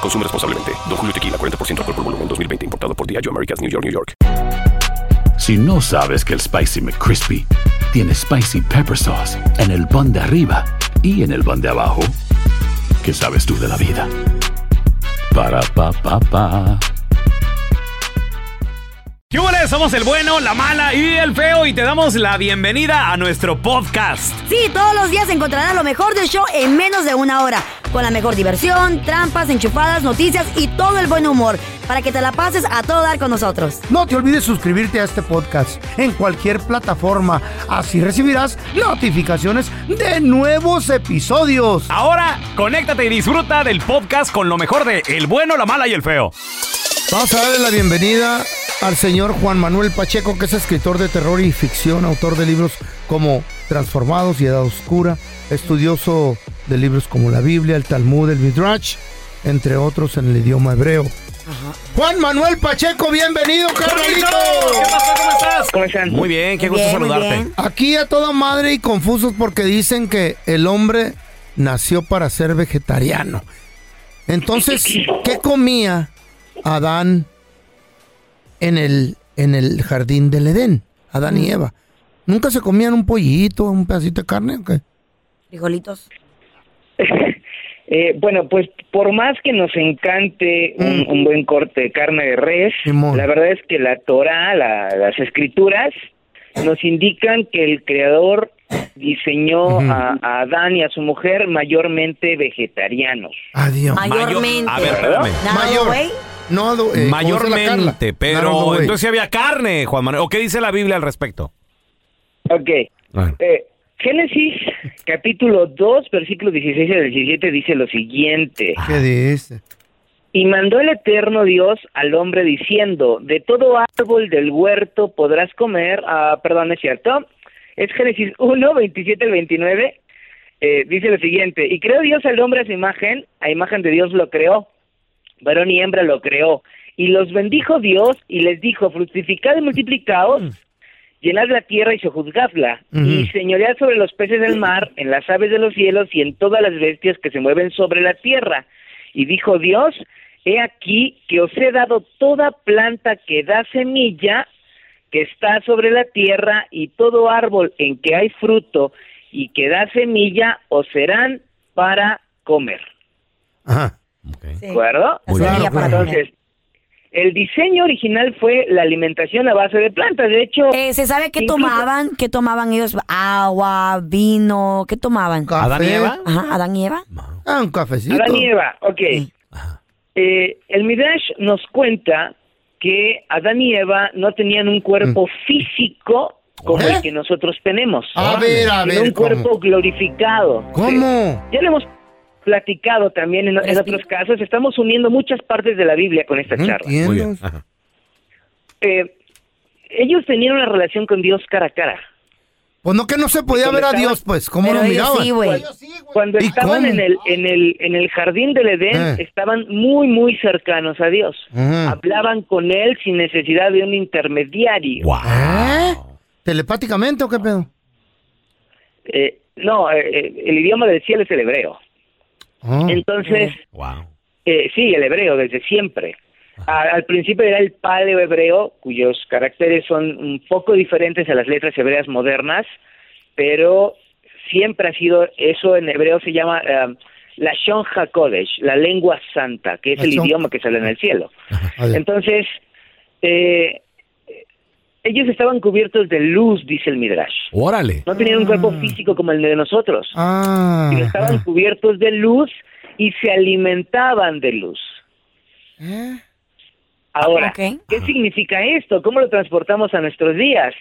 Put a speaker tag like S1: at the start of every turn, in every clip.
S1: Consume responsablemente. Don Julio Tequila, 40% alcohol por volumen, 2020. Importado por Diageo Americas, New York, New York.
S2: Si no sabes que el Spicy McCrispy tiene Spicy Pepper Sauce en el pan de arriba y en el pan de abajo, ¿qué sabes tú de la vida? Para, pa, pa, pa.
S3: ¡Yúbales! Somos el bueno, la mala y el feo y te damos la bienvenida a nuestro podcast.
S4: Sí, todos los días encontrarás lo mejor del show en menos de una hora. Con la mejor diversión, trampas, enchufadas, noticias y todo el buen humor. Para que te la pases a todo dar con nosotros.
S5: No te olvides suscribirte a este podcast en cualquier plataforma. Así recibirás notificaciones de nuevos episodios.
S3: Ahora, conéctate y disfruta del podcast con lo mejor de El bueno, la mala y el feo.
S5: Vamos a darle la bienvenida al señor Juan Manuel Pacheco, que es escritor de terror y ficción, autor de libros como Transformados y Edad Oscura, estudioso de libros como la Biblia, el Talmud, el Midrash, entre otros en el idioma hebreo. Juan Manuel Pacheco, bienvenido, carnalito.
S6: ¿Cómo están?
S3: Muy bien, qué
S4: Muy
S3: gusto
S4: bien, muy
S3: saludarte.
S4: bien.
S5: Aquí a toda madre y confusos porque dicen que el hombre nació para ser vegetariano. Entonces, ¿qué comía Adán en el, en el jardín del Edén? Adán
S6: Mm.
S5: y Eva. ¿Nunca se comían un pollito, un pedacito de carne? o qué?
S4: Frijolitos.
S6: Eh, bueno, pues por más que nos encante un, un buen corte de carne de res,
S5: Simón.
S6: la verdad es que la Torah, la- las escrituras, nos indican que el Creador diseñó a, a Adán y a su mujer mayormente vegetarianos.
S5: Adiós.
S4: Mayormente.
S3: A ver, espérame.
S4: Nada, güey.
S5: No, do- eh, ¿cómo dice la
S3: Mayormente,
S5: Carla? Nada,
S3: pero
S5: güey.
S3: entonces sí había carne, Juan Manuel. ¿O qué dice la Biblia al respecto?
S6: Ok, Eh, Génesis capítulo 2, versículos 16 al 17 dice lo siguiente.
S5: ¿Qué dice?
S6: Y mandó el eterno Dios al hombre diciendo, de todo árbol del huerto podrás comer, ah, perdón, es cierto, es Génesis 1, 27 al 29, eh, dice lo siguiente, y creó Dios al hombre a su imagen, a imagen de Dios lo creó, varón y hembra lo creó, y los bendijo Dios y les dijo, fructificad y multiplicaos, llenad la tierra y sojuzgadla, y
S5: Ujú.
S6: señoread sobre los peces del mar, en las aves de los cielos y en todas las bestias que se mueven sobre la tierra. Y dijo Dios, he aquí que os he dado toda planta que da semilla, que está sobre la tierra, y todo árbol en que hay fruto y que da semilla, os serán para comer.
S5: Ajá.
S4: Sí.
S6: ¿De acuerdo?
S4: La
S5: Muy bien.
S4: semilla
S5: Claro,
S4: para
S5: claro.
S4: comer.
S6: Entonces, el diseño original fue la alimentación a base de plantas. De hecho,
S4: Eh, ¿Se sabe qué
S6: Incluso-
S4: tomaban? ¿Qué tomaban ellos? Agua, vino, ¿qué tomaban?
S5: Café.
S3: ¿Adán y Eva?
S4: Ajá, Adán y Eva.
S5: Ah, un cafecito.
S6: Adán y Eva, ok. Eh, el Midrash nos cuenta que Adán y Eva no tenían un cuerpo físico como
S5: Mm. ¿Eh?
S6: el que nosotros tenemos.
S5: A ver, a
S6: Sino
S5: ver,
S6: un cuerpo glorificado.
S5: ¿Cómo?
S6: Ya lo hemos platicado también en, en
S4: Respira.
S6: otros casos. Estamos uniendo muchas partes de la Biblia con esta
S5: No
S6: charla.
S5: entiendo.
S3: Muy bien. ajá.
S6: Eh, ellos tenían una relación con Dios cara a cara.
S5: Pues no que no se podía ver a
S6: Estaba-
S5: Dios, pues. ¿Cómo
S4: Pero
S5: lo
S4: ellos
S5: miraban?
S4: sí, güey.
S6: Cuando
S5: ¿Y
S6: estaban
S5: cómo?
S6: en el, en, el, en el jardín del Edén,
S5: Eh.
S6: estaban muy, muy cercanos a Dios.
S5: Ujú.
S6: Hablaban con Él sin necesidad de un intermediario.
S3: Guau.
S5: ¿Eh? ¿Telepáticamente o qué pedo?
S6: Eh, no, eh, eh, el idioma del cielo es el hebreo.
S5: Ah.
S6: Entonces,
S3: Guau.
S6: eh, sí, el hebreo desde siempre. A- al principio era el paleo hebreo, cuyos caracteres son un poco diferentes a las letras hebreas modernas, pero siempre ha sido eso en hebreo se llama eh, la Shon HaKodesh, la lengua santa, que es
S5: La
S6: el
S5: Shon- Ah,
S6: idioma que sale en el cielo.
S5: A ver.
S6: Entonces, eh, ellos estaban cubiertos de luz, dice el Midrash.
S7: Órale.
S6: No tenían un cuerpo físico como el de nosotros.
S5: Ah.
S6: sino estaban cubiertos de luz y se alimentaban de luz.
S5: ¿Eh?
S6: Ahora,
S8: Ok.
S6: ¿qué significa esto? ¿Cómo lo transportamos a nuestros días?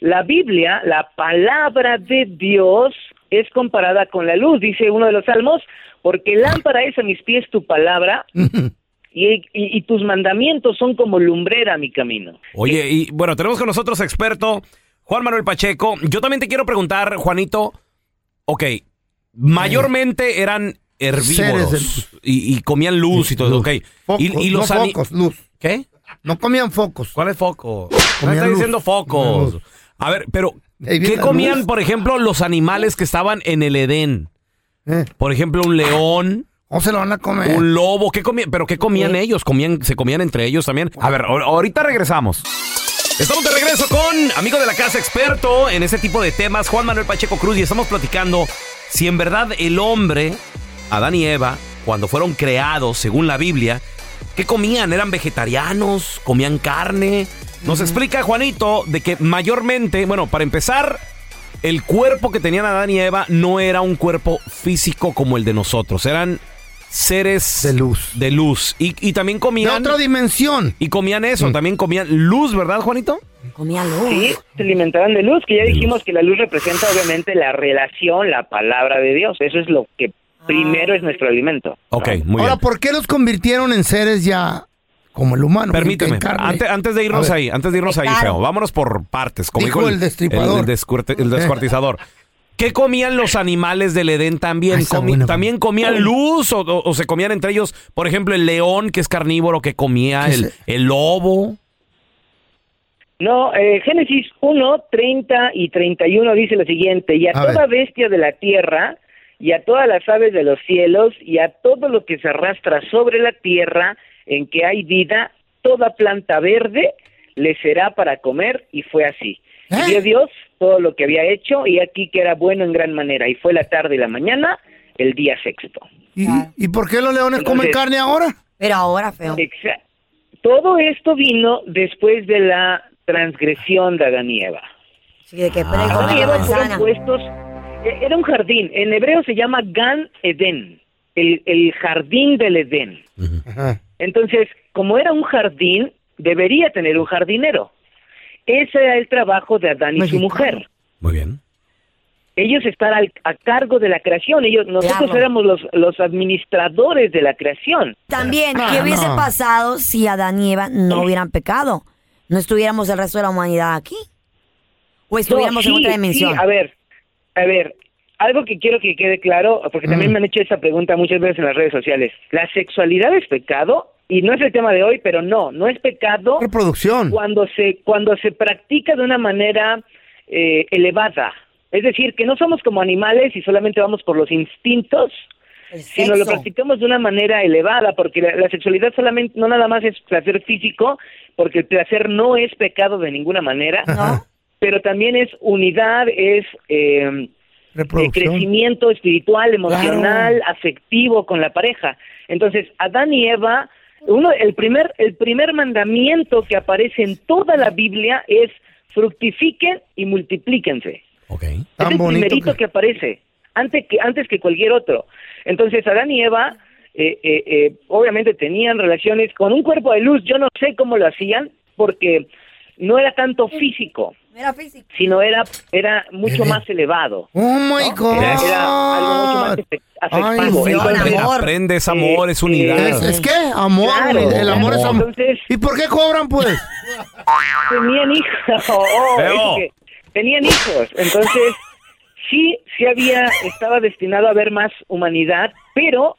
S6: La Biblia, la palabra de Dios, es comparada con la luz, dice uno de los salmos, porque lámpara es a mis pies tu palabra y, y- y tus mandamientos son como lumbrera a mi camino.
S3: Oye, y bueno, tenemos con nosotros experto Juan Manuel Pacheco. Yo también te quiero preguntar, Juanito. Ok, mayormente eran
S5: Seres
S3: herbívoros y, y comían luz y todo. Ok,
S5: Focos,
S3: y, y los
S5: no
S3: ani-
S5: focos, luz.
S3: ¿Qué?
S5: No comían focos.
S3: ¿Cuál es foco? No
S5: Comían
S3: está
S5: luz.
S3: diciendo
S5: Comían
S3: focos.
S5: luz.
S3: A ver, pero
S5: Ahí viene
S3: ¿qué
S5: la
S3: comían,
S5: luz.
S3: por ejemplo, los animales que estaban en el Edén?
S5: Eh,
S3: Por ejemplo, un león,
S5: ¿Cómo se lo van a comer?
S3: un lobo, ¿qué comían? ¿Pero qué comían ellos? ¿Comían, ¿Se comían entre ellos también? A ver, ahor- ahorita regresamos. Estamos de regreso con amigo de la casa experto en ese tipo de temas, Juan Manuel Pacheco Cruz, y estamos platicando si en verdad el hombre, Adán y Eva, cuando fueron creados, según la Biblia, ¿qué comían? ¿Eran vegetarianos? ¿Comían carne? Nos explica Juanito de que mayormente, bueno, para empezar, el cuerpo que tenían Adán y Eva no era un cuerpo físico como el de nosotros, eran seres
S5: De luz.
S3: de luz. Y, y también
S5: De Mm.
S3: comían...
S5: otra dimensión.
S3: Y comían eso, también comían luz, ¿verdad, Juanito?
S4: Comía luz.
S6: Sí, se alimentaban de luz, que ya dijimos que la luz representa obviamente la relación, la palabra de Dios. Eso es lo que primero es nuestro alimento.
S3: Ok, muy
S5: Ahora,
S3: bien.
S5: ¿por qué los convirtieron en seres ya como el humano?
S3: Permíteme,
S5: En carne?
S3: antes, antes de irnos
S5: A ver.
S3: ahí, antes de irnos ahí,
S4: Claro.
S3: feo, vámonos por partes, como
S5: Dijo
S3: dijo,
S5: el destripador.
S3: El, el descuerte- el descuartizador. ¿Qué comían los animales del Edén también?
S5: Ah, está
S3: Comi-
S5: buena,
S3: ¿También comían luz o, o- o se comían entre ellos? Por ejemplo, el león, que es carnívoro, que comía
S5: ¿Qué
S3: el,
S5: se-
S3: el lobo.
S6: No, eh, Génesis 1, 30 y 31 dice lo siguiente, y a,
S5: A
S6: toda
S5: ver.
S6: bestia de la tierra, y a todas las aves de los cielos, y a todo lo que se arrastra sobre la tierra, en que hay vida, toda planta verde le será para comer, y fue así.
S5: ¿Eh?
S6: Y vio Dios todo lo que había hecho, y aquí que era bueno en gran manera, y fue la tarde y la mañana, el día sexto.
S5: ¿Y, y por qué los leones comen
S6: Entonces-
S5: carne ahora?
S4: Pero ahora, feo.
S6: Exa- Todo esto vino después de la transgresión de Adán y Eva.
S4: Sí, de que pele
S6: Adán
S4: con
S6: y
S4: la
S6: Eva fueron
S4: manzana.
S6: puestos- e- Era un jardín. En hebreo se llama Gan Eden. El, el jardín del Edén.
S5: Ajá.
S6: Entonces, como era un jardín, debería tener un jardinero. Ese era el trabajo de Adán y su
S5: Mexicano.
S6: mujer.
S3: Muy bien.
S6: Ellos estar al- a cargo de la creación. Ellos, nosotros
S4: Claro.
S6: éramos los, los administradores de la creación.
S4: También,
S5: Ah,
S4: ¿qué hubiese
S5: no. Eh.
S4: pasado si Adán y Eva no hubieran pecado? ¿No estuviéramos el resto de la humanidad aquí? ¿O estuviéramos
S6: No,
S4: en
S6: sí,
S4: otra dimensión?
S6: sí, a ver, a ver, algo que quiero que quede claro, porque también
S4: Mm.
S6: me han hecho esa pregunta muchas veces en las redes sociales. ¿La sexualidad es pecado? Y no es el tema de hoy, pero no, no es pecado
S5: Reproducción.
S6: cuando se cuando se practica de una manera eh, elevada. Es decir, que no somos como animales y solamente vamos por los instintos,
S4: El
S6: sino lo
S4: sexo.
S6: practicamos de una manera elevada, porque la, la sexualidad solamente no nada más es placer físico, porque el placer no es pecado de ninguna manera,
S5: Ajá.
S6: pero también es unidad, es eh, eh,
S5: Reproducción.
S6: crecimiento espiritual, emocional, afectivo con la pareja. Entonces, Adán y Eva, uno, el primer, el primer mandamiento que aparece en toda la Biblia es fructifiquen y multiplíquense.
S3: Ok.
S5: Tan
S6: es el
S5: bonito
S6: primerito
S5: que-
S6: que, aparece, antes que, antes que cualquier otro. Entonces, Adán y Eva, eh, eh, eh, obviamente tenían relaciones con un cuerpo de luz. Yo no sé cómo lo hacían, porque no era tanto físico,
S4: No era físico.
S6: sino era, era mucho más elevado.
S5: Oh my God.
S6: Era, era algo mucho más afe-
S5: Ay,
S6: afectivo.
S5: Dios.
S6: Entonces,
S3: Aprende,
S4: amor.
S3: aprende, es amor,
S6: Eh,
S3: es unidad.
S5: Es, es que amor,
S6: Claro,
S5: el amor es amor.
S6: entonces-
S5: ¿Y por qué cobran pues?
S6: tenían hijos. Oh,
S3: Feo.
S6: es que tenían hijos. Entonces, sí, sí había, estaba destinado a haber más humanidad, pero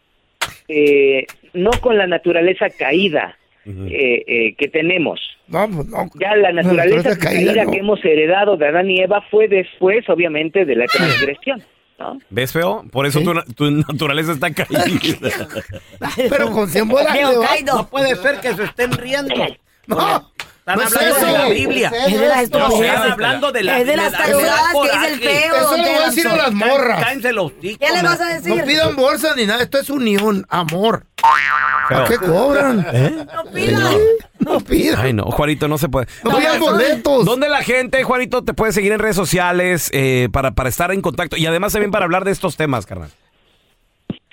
S6: eh, no con la naturaleza caída eh, eh, que tenemos.
S5: No, pues, no.
S6: Ya la naturaleza,
S5: naturaleza
S6: caída,
S5: caída, no.
S6: que hemos heredado de Adán y Eva fue después, obviamente, de la transgresión. ¿no?
S3: ¿Ves, feo? Por eso
S5: Sí.
S3: tu, na- tu naturaleza está caída.
S5: Pero con 100 bolas.
S4: Leo
S5: te va.
S4: Caido. No
S5: puede ser que se estén riendo. No.
S3: Están
S5: no es
S3: hablando de
S5: eso.
S3: la Biblia.
S5: Es
S4: Es de la
S5: esto.
S4: estupidez.
S3: están hablando de la
S4: es de las
S3: me da- me da
S4: tarugadas que dice el
S3: coraje.
S4: feo.
S5: Eso
S4: don
S5: le voy a
S4: Tela.
S5: decir a las morras.
S4: ¿Qué le vas a decir?
S5: No pidan bolsas ni nada. Esto es unión, amor.
S3: Feo. ¿Eh?
S5: ¿A qué cobran?
S4: No pidan.
S5: No pida.
S3: Ay, no, Juanito, no se puede.
S5: No
S3: ¿Dónde-
S5: pidas boletos.
S3: ¿Dónde la gente, Juanito, te puede seguir en redes sociales eh, para, para estar en contacto? Y además también para hablar de estos temas, carnal.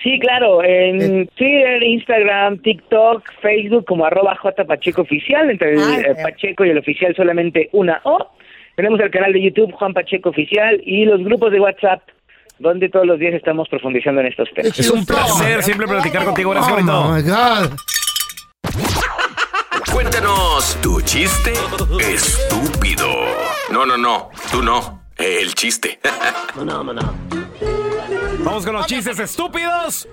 S6: Sí, claro, en Twitter, Instagram, TikTok, Facebook como arroba J Pacheco Oficial, entre el
S4: Ay,
S6: eh,
S4: feo.
S6: Pacheco y el oficial solamente una O. Tenemos el canal de YouTube Juan Pacheco Oficial y los grupos de WhatsApp donde todos los días estamos profundizando en estos temas.
S3: Es un placer siempre platicar contigo. Gracias,
S5: Oh
S3: Juanito.
S5: my God.
S7: Cuéntanos tu chiste estúpido. No, no, no, tú no. El chiste.
S3: Vamos con los chistes estúpidos.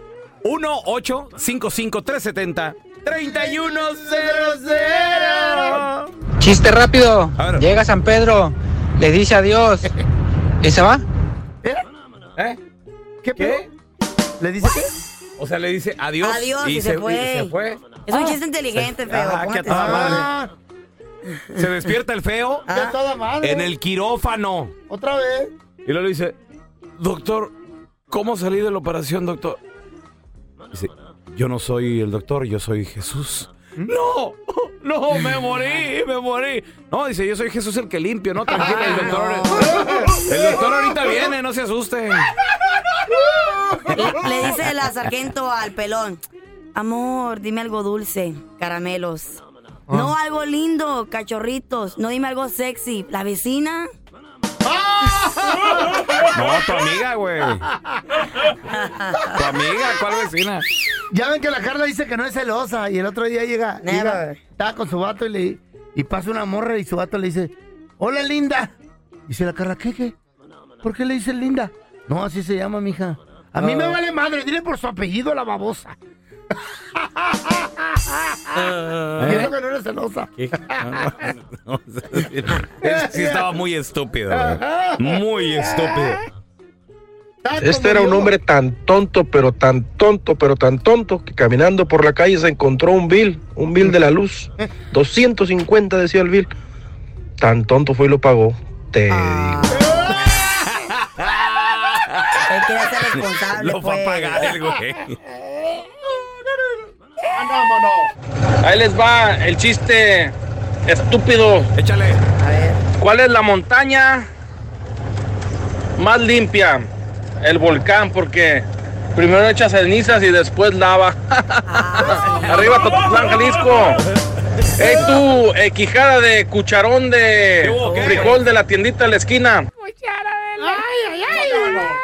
S3: 1 8 55 370 3100
S8: Chiste rápido.
S3: A ver.
S8: Llega San Pedro, le dice adiós. ¿Y se va?
S3: ¿Eh?
S5: ¿Qué?
S3: ¿Qué?
S5: pedo? ¿Le dice qué?
S3: O sea, le dice adiós.
S4: Adiós, y se fue.
S3: y se fue.
S4: Es un chiste inteligente, feo.
S3: Ah, qué
S4: póngate-
S3: a toda madre.
S5: Ah,
S3: Se despierta el feo
S4: Ah.
S5: ya toda madre.
S3: en el quirófano.
S5: Otra vez.
S3: Y luego le dice, doctor, ¿cómo salí de la operación, doctor? Dice, yo no ¿Mm? soy el doctor, yo soy Jesús. No, no, me morí, me morí. No, dice, yo soy Jesús el que limpio, no, tranquila, el doctor. El doctor ahorita viene, no se asusten.
S4: Le, le dice la sargento al pelón. Amor, dime algo dulce, caramelos.
S5: Ah.
S4: No algo lindo, cachorritos. No dime algo sexy. La vecina.
S3: No, tu amiga, güey. Tu amiga, ¿cuál vecina?
S5: Ya ven que la Carla dice que no es celosa y el otro día llega, llega estaba con su vato y le y pasa una morra y su vato le dice, "Hola, linda." Dice la Carla, "¿Qué qué? ¿Por qué le dice linda?" "No, así se llama, mija." "A mí me vale madre, dile por su apellido a la babosa."
S3: Ah. Eh.
S5: Y eso que no eres celosa.
S3: Sí estaba muy estúpido,
S5: Ah,
S3: güey. Muy estúpido.
S9: Este era un hombre tan tonto, pero tan tonto, pero tan tonto, que caminando por la calle se encontró un bill, un bill de la luz. 250 decía el bill. Tan tonto fue y lo pagó. Te
S4: Ah.
S3: Ah.
S9: digo.
S4: Él quiere ser responsable.
S3: Lo va a
S4: pues.
S3: pagar el güey.
S8: Ahí les va el chiste estúpido.
S3: Échale.
S8: ¿Cuál es la montaña más limpia? El volcán, porque primero echa cenizas y después lava. Arriba Tototlán, Jalisco. Ey tú, eh, quijada de cucharón de
S3: hubo, qué?
S8: frijol de la tiendita de la esquina.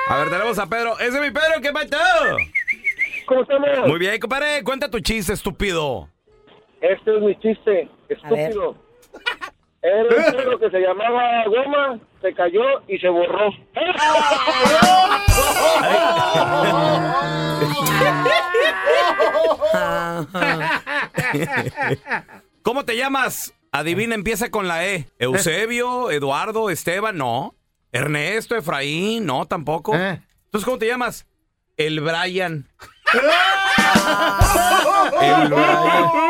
S3: A ver, tenemos a Pedro. ¡Ese es mi Pedro! ¿Qué pasó?
S9: ¿Cómo estamos?
S3: Muy bien, compadre. Cuenta tu chiste, estúpido.
S9: Este es mi chiste,
S4: estúpido.
S9: Era un perro que se llamaba Goma, se cayó y se borró.
S3: ¿Cómo te llamas? Adivina, empieza con la E. Eusebio, Eduardo, Esteban, no. Ernesto, Efraín, no, tampoco.
S5: Eh.
S3: Entonces, ¿cómo te llamas? El Brian. El Brian.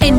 S10: En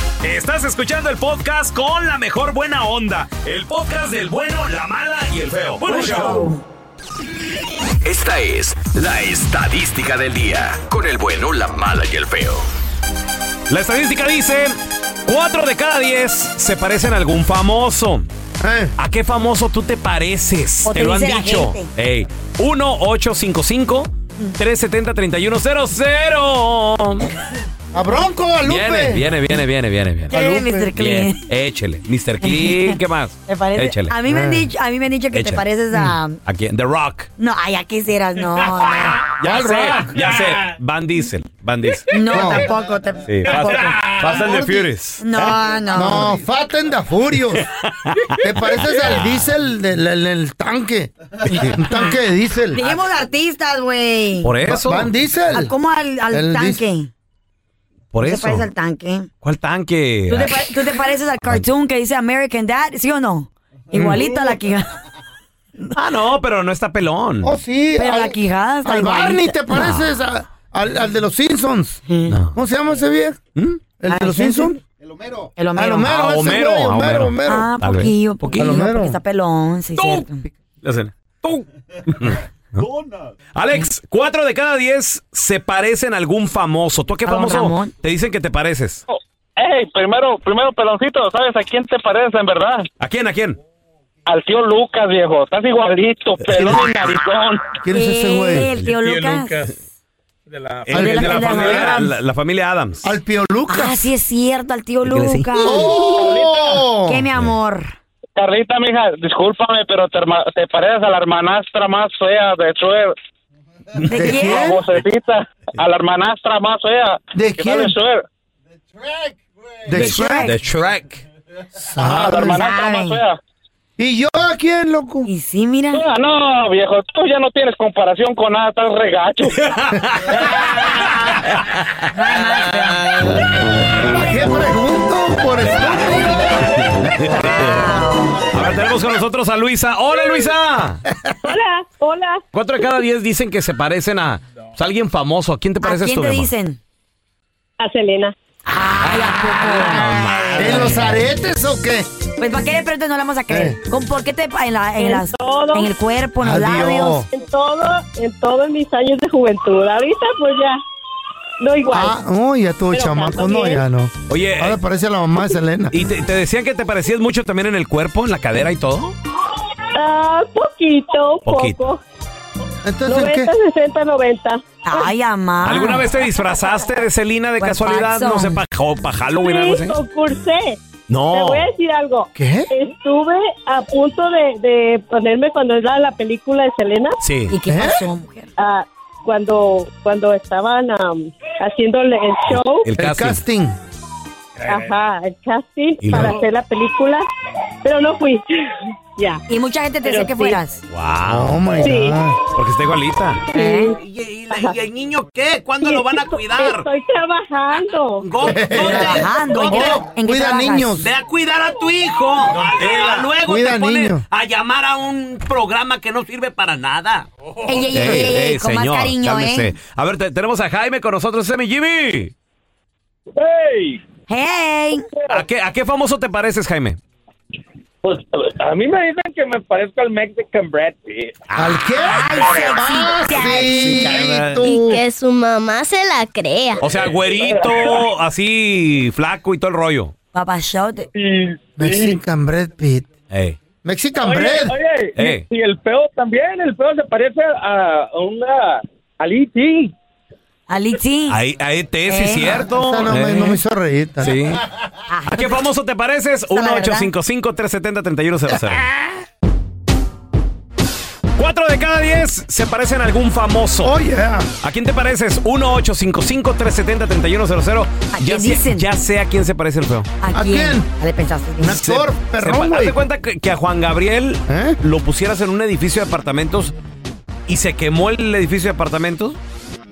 S3: Estás escuchando el podcast con la mejor buena onda. El podcast del bueno, la mala y el feo. Buen show.
S7: Esta es la estadística del día. Con el bueno, la mala y el feo.
S3: La estadística dice, 4 de cada 10 se parecen a algún famoso.
S5: Eh,
S3: ¿A qué famoso tú te pareces?
S11: O
S3: te,
S11: te
S3: lo han
S11: dice la
S3: dicho.
S11: gente.
S3: Ey, 1-855 370 3100
S5: ¡A Bronco, a Lupe!
S3: Viene, viene, viene, viene, viene. viene.
S4: ¿Qué, Mr. Clean?
S3: pues. Bien, échele. Mr. Clean, ¿qué más?
S4: ¿Te parece?
S3: Échele.
S4: A mí me han dicho, a mí me han dicho que te
S3: Échale.
S4: pareces a
S3: ¿A quién? The Rock.
S4: No, ay, ya quisieras, no. no.
S3: Ya
S4: Al
S3: sé,
S4: Rock.
S3: ya sé. Van Diesel, Van Diesel.
S4: No, tampoco, te-
S3: Sí,
S4: tampoco.
S3: Fast- Fast and the Furious.
S4: No, no.
S5: No, Fat and the Furious. Te pareces al diésel del del- del tanque. Un tanque de diésel.
S4: Dijimos artistas, güey.
S5: Por eso. Van Diesel.
S4: ¿A ¿Cómo al, al
S5: El
S4: tanque?
S3: Por
S4: ¿Tú te
S3: eso.
S4: pareces al tanque?
S3: ¿Cuál tanque?
S4: ¿Tú te, pa- tú te pareces al cartoon que dice American Dad? ¿Sí o no? Igualito a la quijada.
S3: Ah, no, pero no está pelón.
S5: Oh, sí.
S4: Pero
S5: al,
S4: la quijada está
S5: al
S4: igualita.
S5: Barney te pareces a- al, al de los Simpsons. ¿Cómo se llama ese viejo? ¿Mm? ¿El de los Simpsons?
S4: Ah, El Homero.
S5: Al Homero, Ah, ese Homero, güey, a Homero, Homero. Homero.
S4: Ah,
S5: Tal vez.
S4: poquillo, poquillo,
S5: Poquillo. Al Homero.
S4: porque está pelón, sí, cierto.
S3: La cena. ¡Tú! ¿No? Alex, 4 de cada 10 se parecen a algún famoso. ¿Tú a qué
S12: ¿A don
S3: famoso
S12: Ramón?
S3: te dicen que te pareces?
S12: Ey, primero, primero, peloncito, ¿sabes a quién te pareces en verdad?
S3: ¿A quién, a quién?
S12: Al tío Lucas, viejo. Estás igualito, pelón y narizón.
S5: ¿Quién es ese güey?
S4: El tío Lucas.
S8: De la,
S3: El de la familia-
S8: Adams.
S3: la- la familia Adams.
S5: Al Pio Lucas.
S4: Ah, sí es cierto, al tío
S3: El que le-
S4: Lucas.
S5: ¡Oh!
S4: ¿Qué, mi amor?
S12: Carlita, mija, discúlpame, pero te, herma- te pareces a la hermanastra más fea de Schwer.
S4: ¿De
S5: quién?
S12: A Josefita, a la hermanastra más fea.
S5: ¿Eh? ¿De
S12: que sale
S5: quién?
S12: en Schwer.
S5: De Shrek.
S3: De Shrek.
S5: Ah,
S12: A la hermanastra más fea.
S5: ¿Y yo a quién, loco?
S4: Y sí, mira.
S12: Ah, no, viejo, tú ya no tienes comparación con nada, estás regacho.
S5: ¿Para qué pregunto? Por
S4: Ah,
S5: estúpido.
S3: A ver, tenemos con nosotros a Luisa. ¡Hola, Luisa!
S13: Hola, hola.
S3: 4 de cada 10 dicen que se parecen a, pues, a alguien famoso. ¿A quién te pareces
S13: quién
S3: tú,
S13: te
S3: mi amor?
S4: dicen?
S13: A Selena.
S5: ¿En los aretes o qué?
S4: Pues para qué le preguntas no la vamos a creer. ¿Con por qué te en la- en
S13: En
S4: las-
S13: todo.
S4: en el cuerpo, en los
S5: Eh. Adiós.
S4: labios?
S13: En todo, en todos mis años de juventud. Ahorita pues ya, no igual.
S5: Ah, oh, ya tuvo
S13: Pero
S5: chamaco.
S13: canto
S5: No,
S13: bien.
S5: ya no.
S3: Oye,
S5: Ahora parece a la mamá de Selena.
S3: ¿y te, te decían que te parecías mucho también en el cuerpo, en la cadera y todo?
S13: Ah, poquito,
S3: Poquito.
S13: poco.
S5: Entonces,
S13: 90, 60, 90.
S4: Ay, amá.
S3: ¿Alguna vez te disfrazaste de Celina de
S4: Cuerpazo.
S3: casualidad? No sé, para pa Halloween algo
S13: Sí,
S3: así.
S13: concursé.
S3: No.
S13: Te voy a decir algo.
S3: Oh. ¿Qué?
S13: Estuve a punto de, de ponerme cuando era la película de Selena.
S3: Sí.
S4: ¿Y
S5: ¿Eh?
S4: qué pasó, mujer?
S13: ah, cuando, cuando estaban haciendo haciéndole el show.
S3: El casting.
S13: Ajá, el casting
S3: Y
S13: para
S3: luego.
S13: hacer la película, pero no fui. ya.
S4: Y mucha gente te
S13: Pero
S4: decía que
S13: sí.
S4: fueras.
S3: Wow.
S5: Oh my
S13: Sí.
S5: God.
S3: Porque está igualita.
S4: ¿Eh?
S3: el niño qué? ¿Cuándo
S13: Sí, estoy- Estoy trabajando.
S4: Trabajando. ¿En qué,
S5: Oh,
S4: en qué
S5: cuida
S4: trabajas?
S5: niños.
S3: a cuidar a tu hijo. Eh, luego
S5: Cuida te ponen niño.
S3: a llamar a un programa que no sirve para nada.
S4: Ey, ey, ey, ey, ey, con más cariño, ¿eh?
S3: A ver, te- tenemos a Jaime con nosotros. Ese es mi Jimmy.
S12: ¡Hey!
S4: Hey,
S3: ¿A qué, ¿A qué famoso te pareces, Jaime?
S12: Pues a mí me dicen que me parezco al Mexican Brad Pitt.
S5: ¿Al qué? Ah, sí, tú.
S14: Y que su mamá se la crea.
S3: O sea, güerito, así, flaco y todo el rollo.
S4: papá show. te-
S5: Mexican Bread Pit.
S3: Ey.
S5: Mexican
S12: Oye,
S5: Bread.
S12: oye, y-
S3: Ey.
S12: y, el peo también, el peo se parece a a una al E.T.
S4: Aliti.
S3: Ahí, ahí te sí,
S4: Eh.
S3: cierto.
S5: Esa no, me,
S3: Eh.
S5: no me hizo reír. tanto.
S3: Sí. ¿A qué famoso te pareces?
S4: la verdad.
S3: 1-855-370-3100. Cuatro de cada diez se parecen a algún famoso.
S5: Oh, yeah.
S3: ¿A quién te pareces? 1-855-370-3100.
S4: ¿A
S3: Ya,
S4: quién
S3: sé-
S4: dicen?
S3: ya sé a quién se parece el feo.
S4: ¿A
S5: ¿A
S4: quién?
S5: quién?
S4: ¿A le pensaste?
S5: Un actor,
S3: Se
S5: perrón,
S3: pa- haz de
S5: güey.
S3: cuenta que, que a Juan Gabriel
S5: ¿Eh?
S3: lo pusieras en un edificio de apartamentos y se quemó el edificio de apartamentos,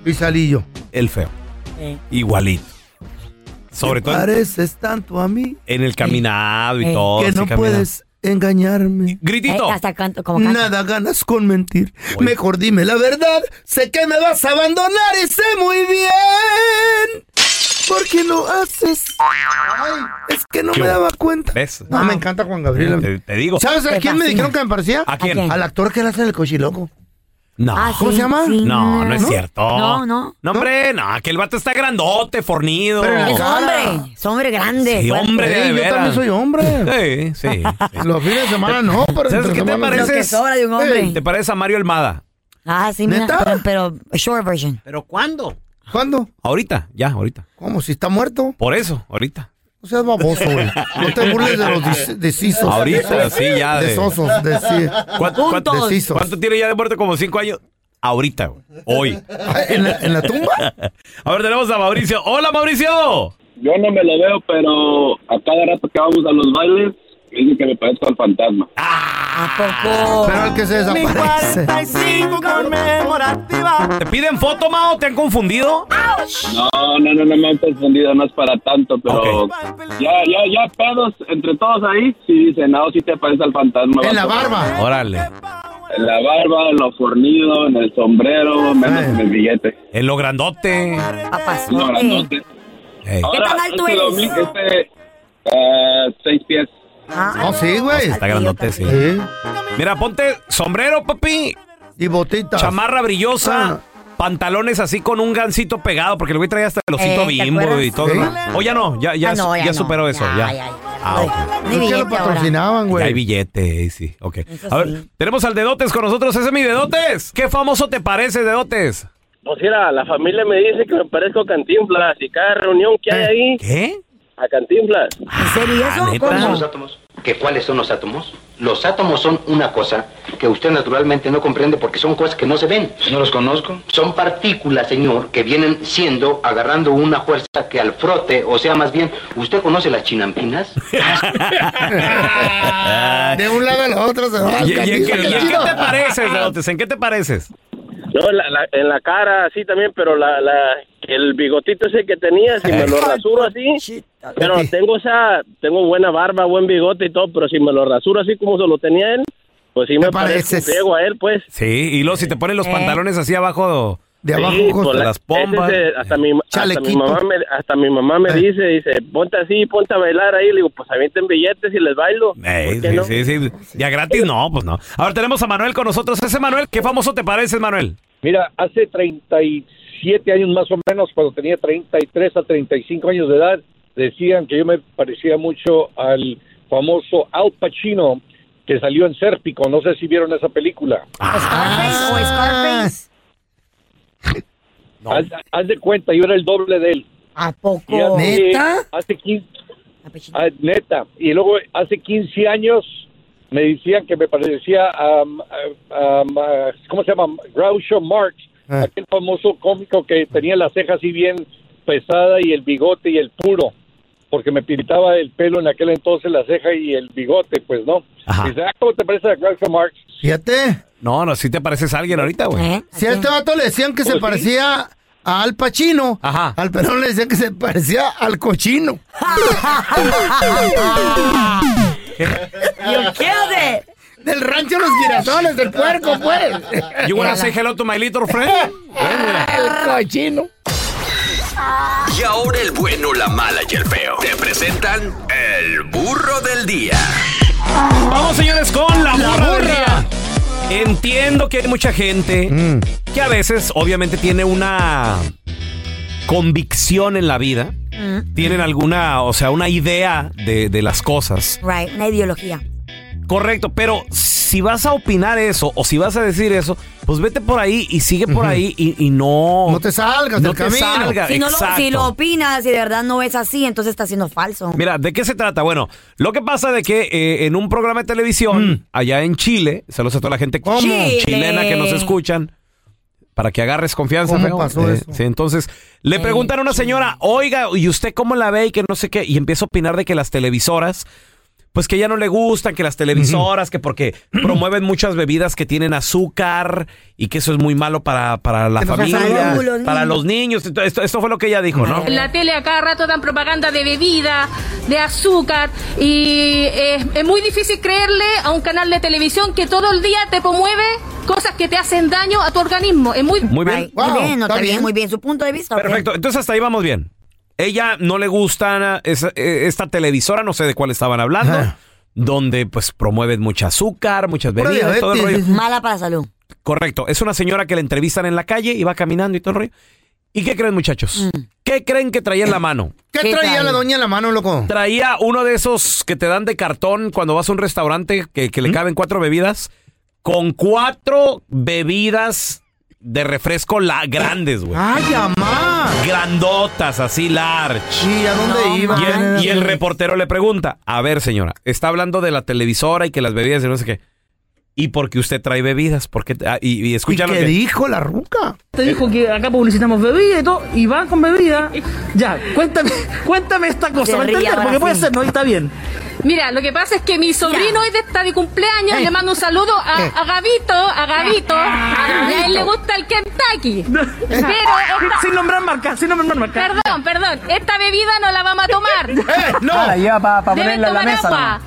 S5: Y salí yo.
S3: el feo. Igualito. Sobre
S5: Te
S3: todo en,
S5: Pareces tanto a mí
S3: en el caminado y
S4: Eh.
S3: todo.
S5: que
S3: así
S5: no
S3: caminado.
S5: puedes engañarme.
S3: Gritito.
S4: Eh, hasta canto, como canta.
S5: Nada ganas con mentir.
S3: Oye.
S5: Mejor dime la verdad. Sé que me vas a abandonar y sé muy bien. ¿Por qué lo haces? Ay, es que no
S3: ¿Qué
S5: me
S3: hubo?
S5: daba cuenta.
S3: ¿Ves?
S5: No, me encanta Juan Gabriel. a mí.
S3: Eh, Te, te digo.
S5: ¿Sabes a
S4: Te
S5: quién me
S4: fascina.
S5: dijeron que me parecía?
S3: ¿A quién?
S4: ¿A quién?
S5: Al actor que le hace el cochiloco.
S3: No.
S4: Ah,
S3: ¿Cómo
S4: sí,
S3: se llama?
S4: sí.
S3: No, no es cierto.
S4: No, no.
S3: No, hombre, no, que el vato está grandote, fornido.
S4: Es hombre, es hombre grande.
S3: Sí,
S4: fuerte.
S3: hombre, de
S5: Ey, yo
S3: veras.
S5: también soy
S3: hombre. Sí, sí.
S5: Los fines de semana no, pero
S3: ¿Sabes
S5: entre
S3: qué te
S5: semana sí.
S3: pareces?
S4: Lo que sobra de un hombre.
S3: Ey, ¿Te pareces a Mario Almada?
S4: Ah, sí, mira,
S5: ¿Neta?
S4: pero, pero short version.
S5: ¿Pero cuándo? ¿Cuándo?
S3: Ahorita, ya, ahorita.
S5: ¿Cómo? Si está muerto.
S3: Por eso, ahorita.
S5: No seas baboso, güey. No te burles de los dis- decisos.
S3: Ahorita, sí, ya.
S5: De sosos, de sí.
S3: ¿Cuánto, cuánto-
S5: Decisos.
S3: cuánto tiene ya de muerte? Como cinco años. Ahorita, güey. hoy.
S5: ¿En la, en la tumba?
S3: A ver, tenemos a Mauricio. ¡Hola, Mauricio!
S11: Yo no me lo veo, pero a cada rato que vamos a los bailes, me dicen que me parezco al fantasma.
S5: Pero el que se
S4: desaparece.
S3: ¿Te piden foto, Mao? ¿Te han confundido?
S11: No, no, no, no me han confundido, no es para tanto, pero ya, ya, ya pedos entre todos ahí, sí dicen, no, sí te parece al fantasma. vato".
S5: En la barba.
S3: Órale.
S11: En la barba, en lo fornido, en el sombrero, menos en el billete.
S3: En lo grandote.
S11: En lo grandote. Ahora,
S4: ¿Qué tan alto
S11: este
S4: eres?
S11: domingo, este, eh, seis pies.
S4: Ah,
S5: No, sí, güey.
S3: Está grandote, sí. Mira, ponte sombrero, papi.
S5: Y botitas.
S3: Chamarra brillosa. Pantalones así con un gancito pegado, porque el güey traía hasta el osito
S4: Eh, ¿te
S3: bimbo
S4: acuerdas?
S3: y todo.
S4: Sí.
S3: ¿no? O ya no, ya, ya,
S4: Ah, no, ya
S3: ya
S4: no.
S3: superó eso. Ya,
S4: ya, ya.
S3: Ah, ok.
S4: Ni billete ahora.
S3: Ya hay billete, eh, sí. Ok. A ver, tenemos al Dedotes con nosotros. Ese es mi Dedotes. ¿Qué famoso te parece, Dedotes?
S15: Pues mira, la familia me dice que me parezco a Cantinflas y cada reunión que hay ahí.
S3: ¿Qué?
S15: A Cantinflas.
S4: serio
S3: Ah,
S4: eso? ¿Cómo?
S16: ¿Que ¿Cuáles son los átomos? Los átomos son una cosa que usted naturalmente no comprende porque son cosas que no se ven. No los conozco. Son partículas, señor, que vienen siendo, agarrando una fuerza que al frote, o sea, más bien, ¿usted conoce las chinampinas?
S15: Ah,
S5: De un lado a la otra se va.
S3: ¿Y, y- y- y-
S5: Qué
S3: y- en qué
S5: chido.
S3: te pareces, Dedotes? ¿En qué te pareces?
S15: No, la- la- en la cara así también, pero la, la, el bigotito ese que tenía, si me lo rasuro así. Pero tengo esa, tengo buena barba, buen bigote y todo, pero si me lo rasuro así como se lo tenía él, pues sí me parece
S3: pareces.
S15: ciego a él, pues.
S3: Sí, y luego si te ponen los
S15: Eh.
S3: pantalones así abajo.
S15: Sí, pues,
S3: de
S15: la-
S3: las pompas.
S15: ese es, eh, hasta, mi, hasta mi
S3: Chalequito. Eh.
S15: mamá me, hasta mi mamá me dice, dice, ponte así, ponte a bailar ahí. Le digo, pues avienten billetes y les bailo.
S3: Eh,
S15: ¿Por qué
S3: sí,
S15: no?
S3: sí, sí. Ya gratis, no, pues no. Ahora tenemos a Manuel con nosotros. Ese Manuel, ¿qué famoso te pareces, Manuel?
S17: Mira, hace 37 años más o menos, cuando tenía 33 a 35 años de edad, decían que yo me parecía mucho al famoso Al Pacino que salió en Sérpico. No sé si vieron esa película.
S4: ¿Scarface o Scarface?
S17: Haz, haz de cuenta, yo era el doble de él.
S4: ¿A poco?
S17: Y hace-
S4: ¿Neta?
S17: Hace 15, ah, neta. Y luego hace 15 años me decían que me parecía a, a- a- ¿cómo se llama? Groucho Marx, aquel famoso cómico que tenía las cejas así bien pesada y el bigote y el puro, porque me pintaba el pelo en aquel entonces la ceja y el bigote, pues no. Dice, ah, ¿cómo te parece a Groucho Marx?
S5: Fíjate.
S3: No, no, si te pareces a alguien ahorita,
S4: ¿Eh?
S15: Eh,
S3: güey.
S5: Si a este vato le decían que se parecía a Al Pacino, al pelón le decían que se parecía al cochino.
S4: ¿Yo qué hace?
S5: Del rancho Los Girasoles, del puerco, pues.
S3: You wanna say hello to my little friend?
S5: El cochino.
S7: Y ahora el bueno, la mala y el feo. Te presentan el burro del día.
S3: Vamos, señores, con la burra del día. Entiendo que hay mucha gente que a veces, obviamente, tiene una convicción en la vida.
S4: Mm,
S3: Tienen alguna, o sea, una idea de, de las cosas.
S4: Right, una ideología.
S3: Correcto, pero si vas a opinar eso o si vas a decir eso, pues vete por ahí y sigue por ahí y, y no. No te
S5: salgas
S3: Oh. no te salgas,
S4: si, no lo,
S3: exacto.
S4: si lo opinas y de verdad no es así, entonces está siendo falso.
S3: Mira, ¿de qué se trata? Bueno, lo que pasa de que eh, en un programa de televisión, allá en Chile, saludos a toda la gente
S4: Chile.
S3: chilena que nos escuchan, para que agarres confianza.
S5: ¿Cómo
S3: feo.
S5: pasó
S3: Eh,
S5: eso?
S3: sí, entonces, le preguntan a una señora, oiga, ¿y usted cómo la ve? Y que no sé qué, y empieza a opinar de que las televisoras... Pues que ya no le gustan, que las televisoras, que porque promueven muchas bebidas que tienen azúcar y que eso es muy malo para, para la
S18: Que nos
S3: familia,
S18: hacen los
S3: para
S18: niños.
S3: los niños. Esto, esto- esto fue lo que ella dijo, ¿no?
S18: En la tele a cada rato dan propaganda de bebida, de azúcar y es, es muy difícil creerle a un canal de televisión que todo el día te promueve cosas que te hacen daño a tu organismo. Es muy,
S3: Muy bien. Ay, muy Wow, bien, no, está está bien, bien. muy
S4: bien su punto de vista.
S3: Perfecto, entonces hasta ahí vamos bien. Ella no le gusta esa- eh, esta televisora, no sé de cuál estaban hablando, donde pues promueven mucho azúcar, muchas bebidas, todo el rollo.
S4: Mala para la salud.
S3: Correcto. Es una señora que la entrevistan en la calle y va caminando y todo el rollo. ¿Y qué creen, muchachos? ¿Qué creen que traía en la mano?
S5: ¿Qué, traía la doña en la mano, loco?
S3: Traía uno de esos que te dan de cartón cuando vas a un restaurante que, que le caben cuatro bebidas, con cuatro bebidas de refresco la grandes, güey.
S5: ¡Ay, amá!
S3: Grandotas, así large.
S5: ¿Y a dónde Ah, No, iba?
S3: Y el,
S5: manches.
S3: y el reportero le pregunta: A ver, señora, está hablando de la televisora y que las bebidas y no sé qué. ¿Y por qué usted trae bebidas? ¿Por qué? Ah, y, y escucha lo
S5: ¿Qué
S3: que-
S5: dijo la ruca?
S19: Te dijo que acá publicitamos bebida y todo, y van con bebida. Ya, cuéntame, cuéntame esta cosa,
S18: Se
S19: ¿me
S18: ríe
S19: entiendes?
S18: ahora
S19: Porque puede
S18: sí.
S19: ser, ¿no? Y está bien.
S18: Mira, lo que pasa es que mi sobrino hoy de- está de cumpleaños.
S19: Eh.
S18: Le mando un saludo a,
S19: Eh.
S18: a Gabito, a Gabito.
S19: Ah,
S18: Y a él le
S19: Gabito.
S18: gusta el Kentucky. Pero esta-
S19: Sin nombrar marca, sin nombrar marca.
S18: Perdón, perdón. Esta bebida no la vamos a tomar.
S19: no. Ah, ya, para ponerla en la mesa.
S18: agua.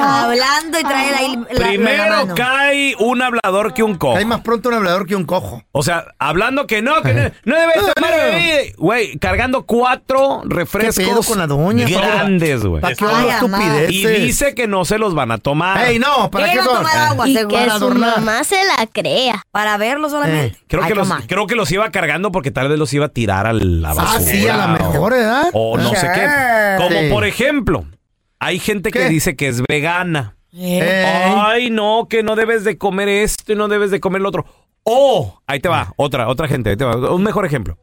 S14: Ah,
S4: Hablando y trae la, la- la
S3: Primero
S4: mano.
S3: cae un hablador que un cojo. Cae
S5: más pronto un hablador que un cojo.
S3: O sea, hablando que no, que no, no debe tomar bebida. Güey, cargando cuatro refrescos.
S5: pedo con la doña?
S3: Grandes, güey.
S5: ¿Para qué Ay, hablas amá. estupideces?
S3: Y dice que no se los van a tomar.
S5: Ey, no, ¿para
S14: Pero
S5: qué son?
S14: tomar agua,
S5: Eh,
S14: Y que su mamá se la crea.
S4: Para verlo solamente.
S3: Eh, Creo
S4: Ay,
S3: que, los,
S4: come on.
S3: creo que los iba cargando porque tal vez los iba a tirar a la basura.
S5: Ah, sí, a la
S3: o-
S5: mejor, ¿verdad?
S3: O no sé qué.
S5: Sí.
S3: Como por ejemplo, hay gente que dice que es vegana.
S5: Eh.
S3: Ay, no, que no debes de comer esto y no debes de comer lo otro. O, ahí te va, otra, otra gente, ahí te va, un mejor ejemplo.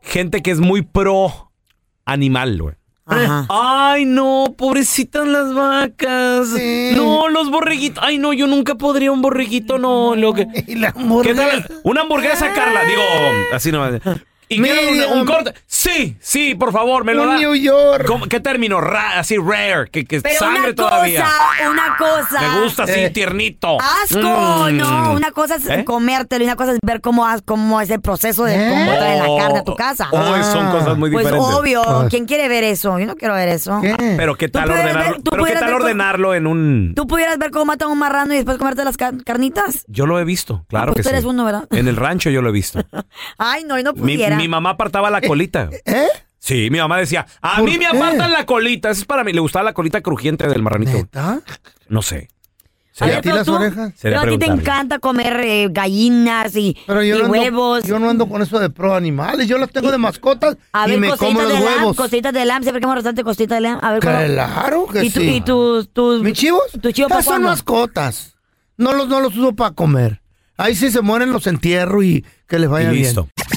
S3: Gente que es muy pro animal, güey. Ay, no, pobrecitas las vacas. No, los borreguitos. Ay, no, yo nunca podría un borreguito, no. Lo que... ¿Qué tal? Una
S5: ¿Eh?
S3: hamburguesa, Carla. Digo, así nomás. ¿Y quiero un, un corte? Sí, sí, por favor, me lo
S5: Un
S3: da.
S5: New York.
S3: ¿Cómo- ¿Qué término? Ra- así rare, que, que
S4: Pero
S3: sangre
S4: una
S3: todavía.
S4: cosa, una cosa.
S3: Me gusta así,
S4: Eh.
S3: tiernito.
S4: ¡Asco!
S3: Mm.
S4: No, una cosa es
S3: ¿Eh?
S4: comértelo y una cosa es ver cómo, has- cómo es el proceso de
S5: ¿Eh?
S4: cómo trae la
S3: Oh,
S4: carne a tu casa.
S3: oh, son cosas muy
S4: Pues
S3: diferentes.
S4: obvio,
S3: Ah.
S4: ¿quién quiere ver eso? Yo no quiero ver eso.
S3: Pero qué tal
S4: pudieras ver-
S3: ordenarlo,
S4: tú
S3: pero qué
S4: pudieras
S3: tal
S4: ver con-
S3: ordenarlo en un...
S4: ¿Tú pudieras ver cómo matan a un marrano y después comerte las ca- carnitas?
S3: Yo lo he visto, claro
S4: pues
S3: que
S4: tú
S3: sí.
S4: eres uno, ¿verdad?
S3: En el rancho yo lo he visto.
S4: Ay, no, yo no
S3: mi,
S4: pudiera.
S3: mi mamá apartaba la colita.
S5: ¿Eh?
S3: Sí, mi mamá decía, a
S4: ¿Por
S3: mí me
S4: qué?
S3: apartan la colita. Eso es para mí. Le gustaba la colita crujiente del marranito. No sé.
S4: A ver, pero tú-
S3: Sería
S4: pero a ti te
S3: preguntarle.
S4: encanta comer eh, gallinas y,
S5: Pero yo
S4: y
S5: no, ando,
S4: huevos.
S5: yo no ando con eso de pro animales. Yo las tengo de mascotas
S4: A ver,
S5: y me como
S4: cositas de
S5: los
S4: lamb,
S5: huevos.
S4: cositas de lamb, siempre que hemos restaurante cositas de lamb. A ver, ¿cuándo?
S5: Claro que
S4: ¿Y tu-
S5: sí.
S4: ¿Y tus, tus,
S5: ¿Mis chivos?
S4: ¿Tus chivos para
S5: Esas son
S4: cuándo?
S5: mascotas. No los, no los uso para comer. Ahí sí se mueren los entierro y que les vaya
S3: Y listo.
S5: bien.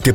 S20: ¿Te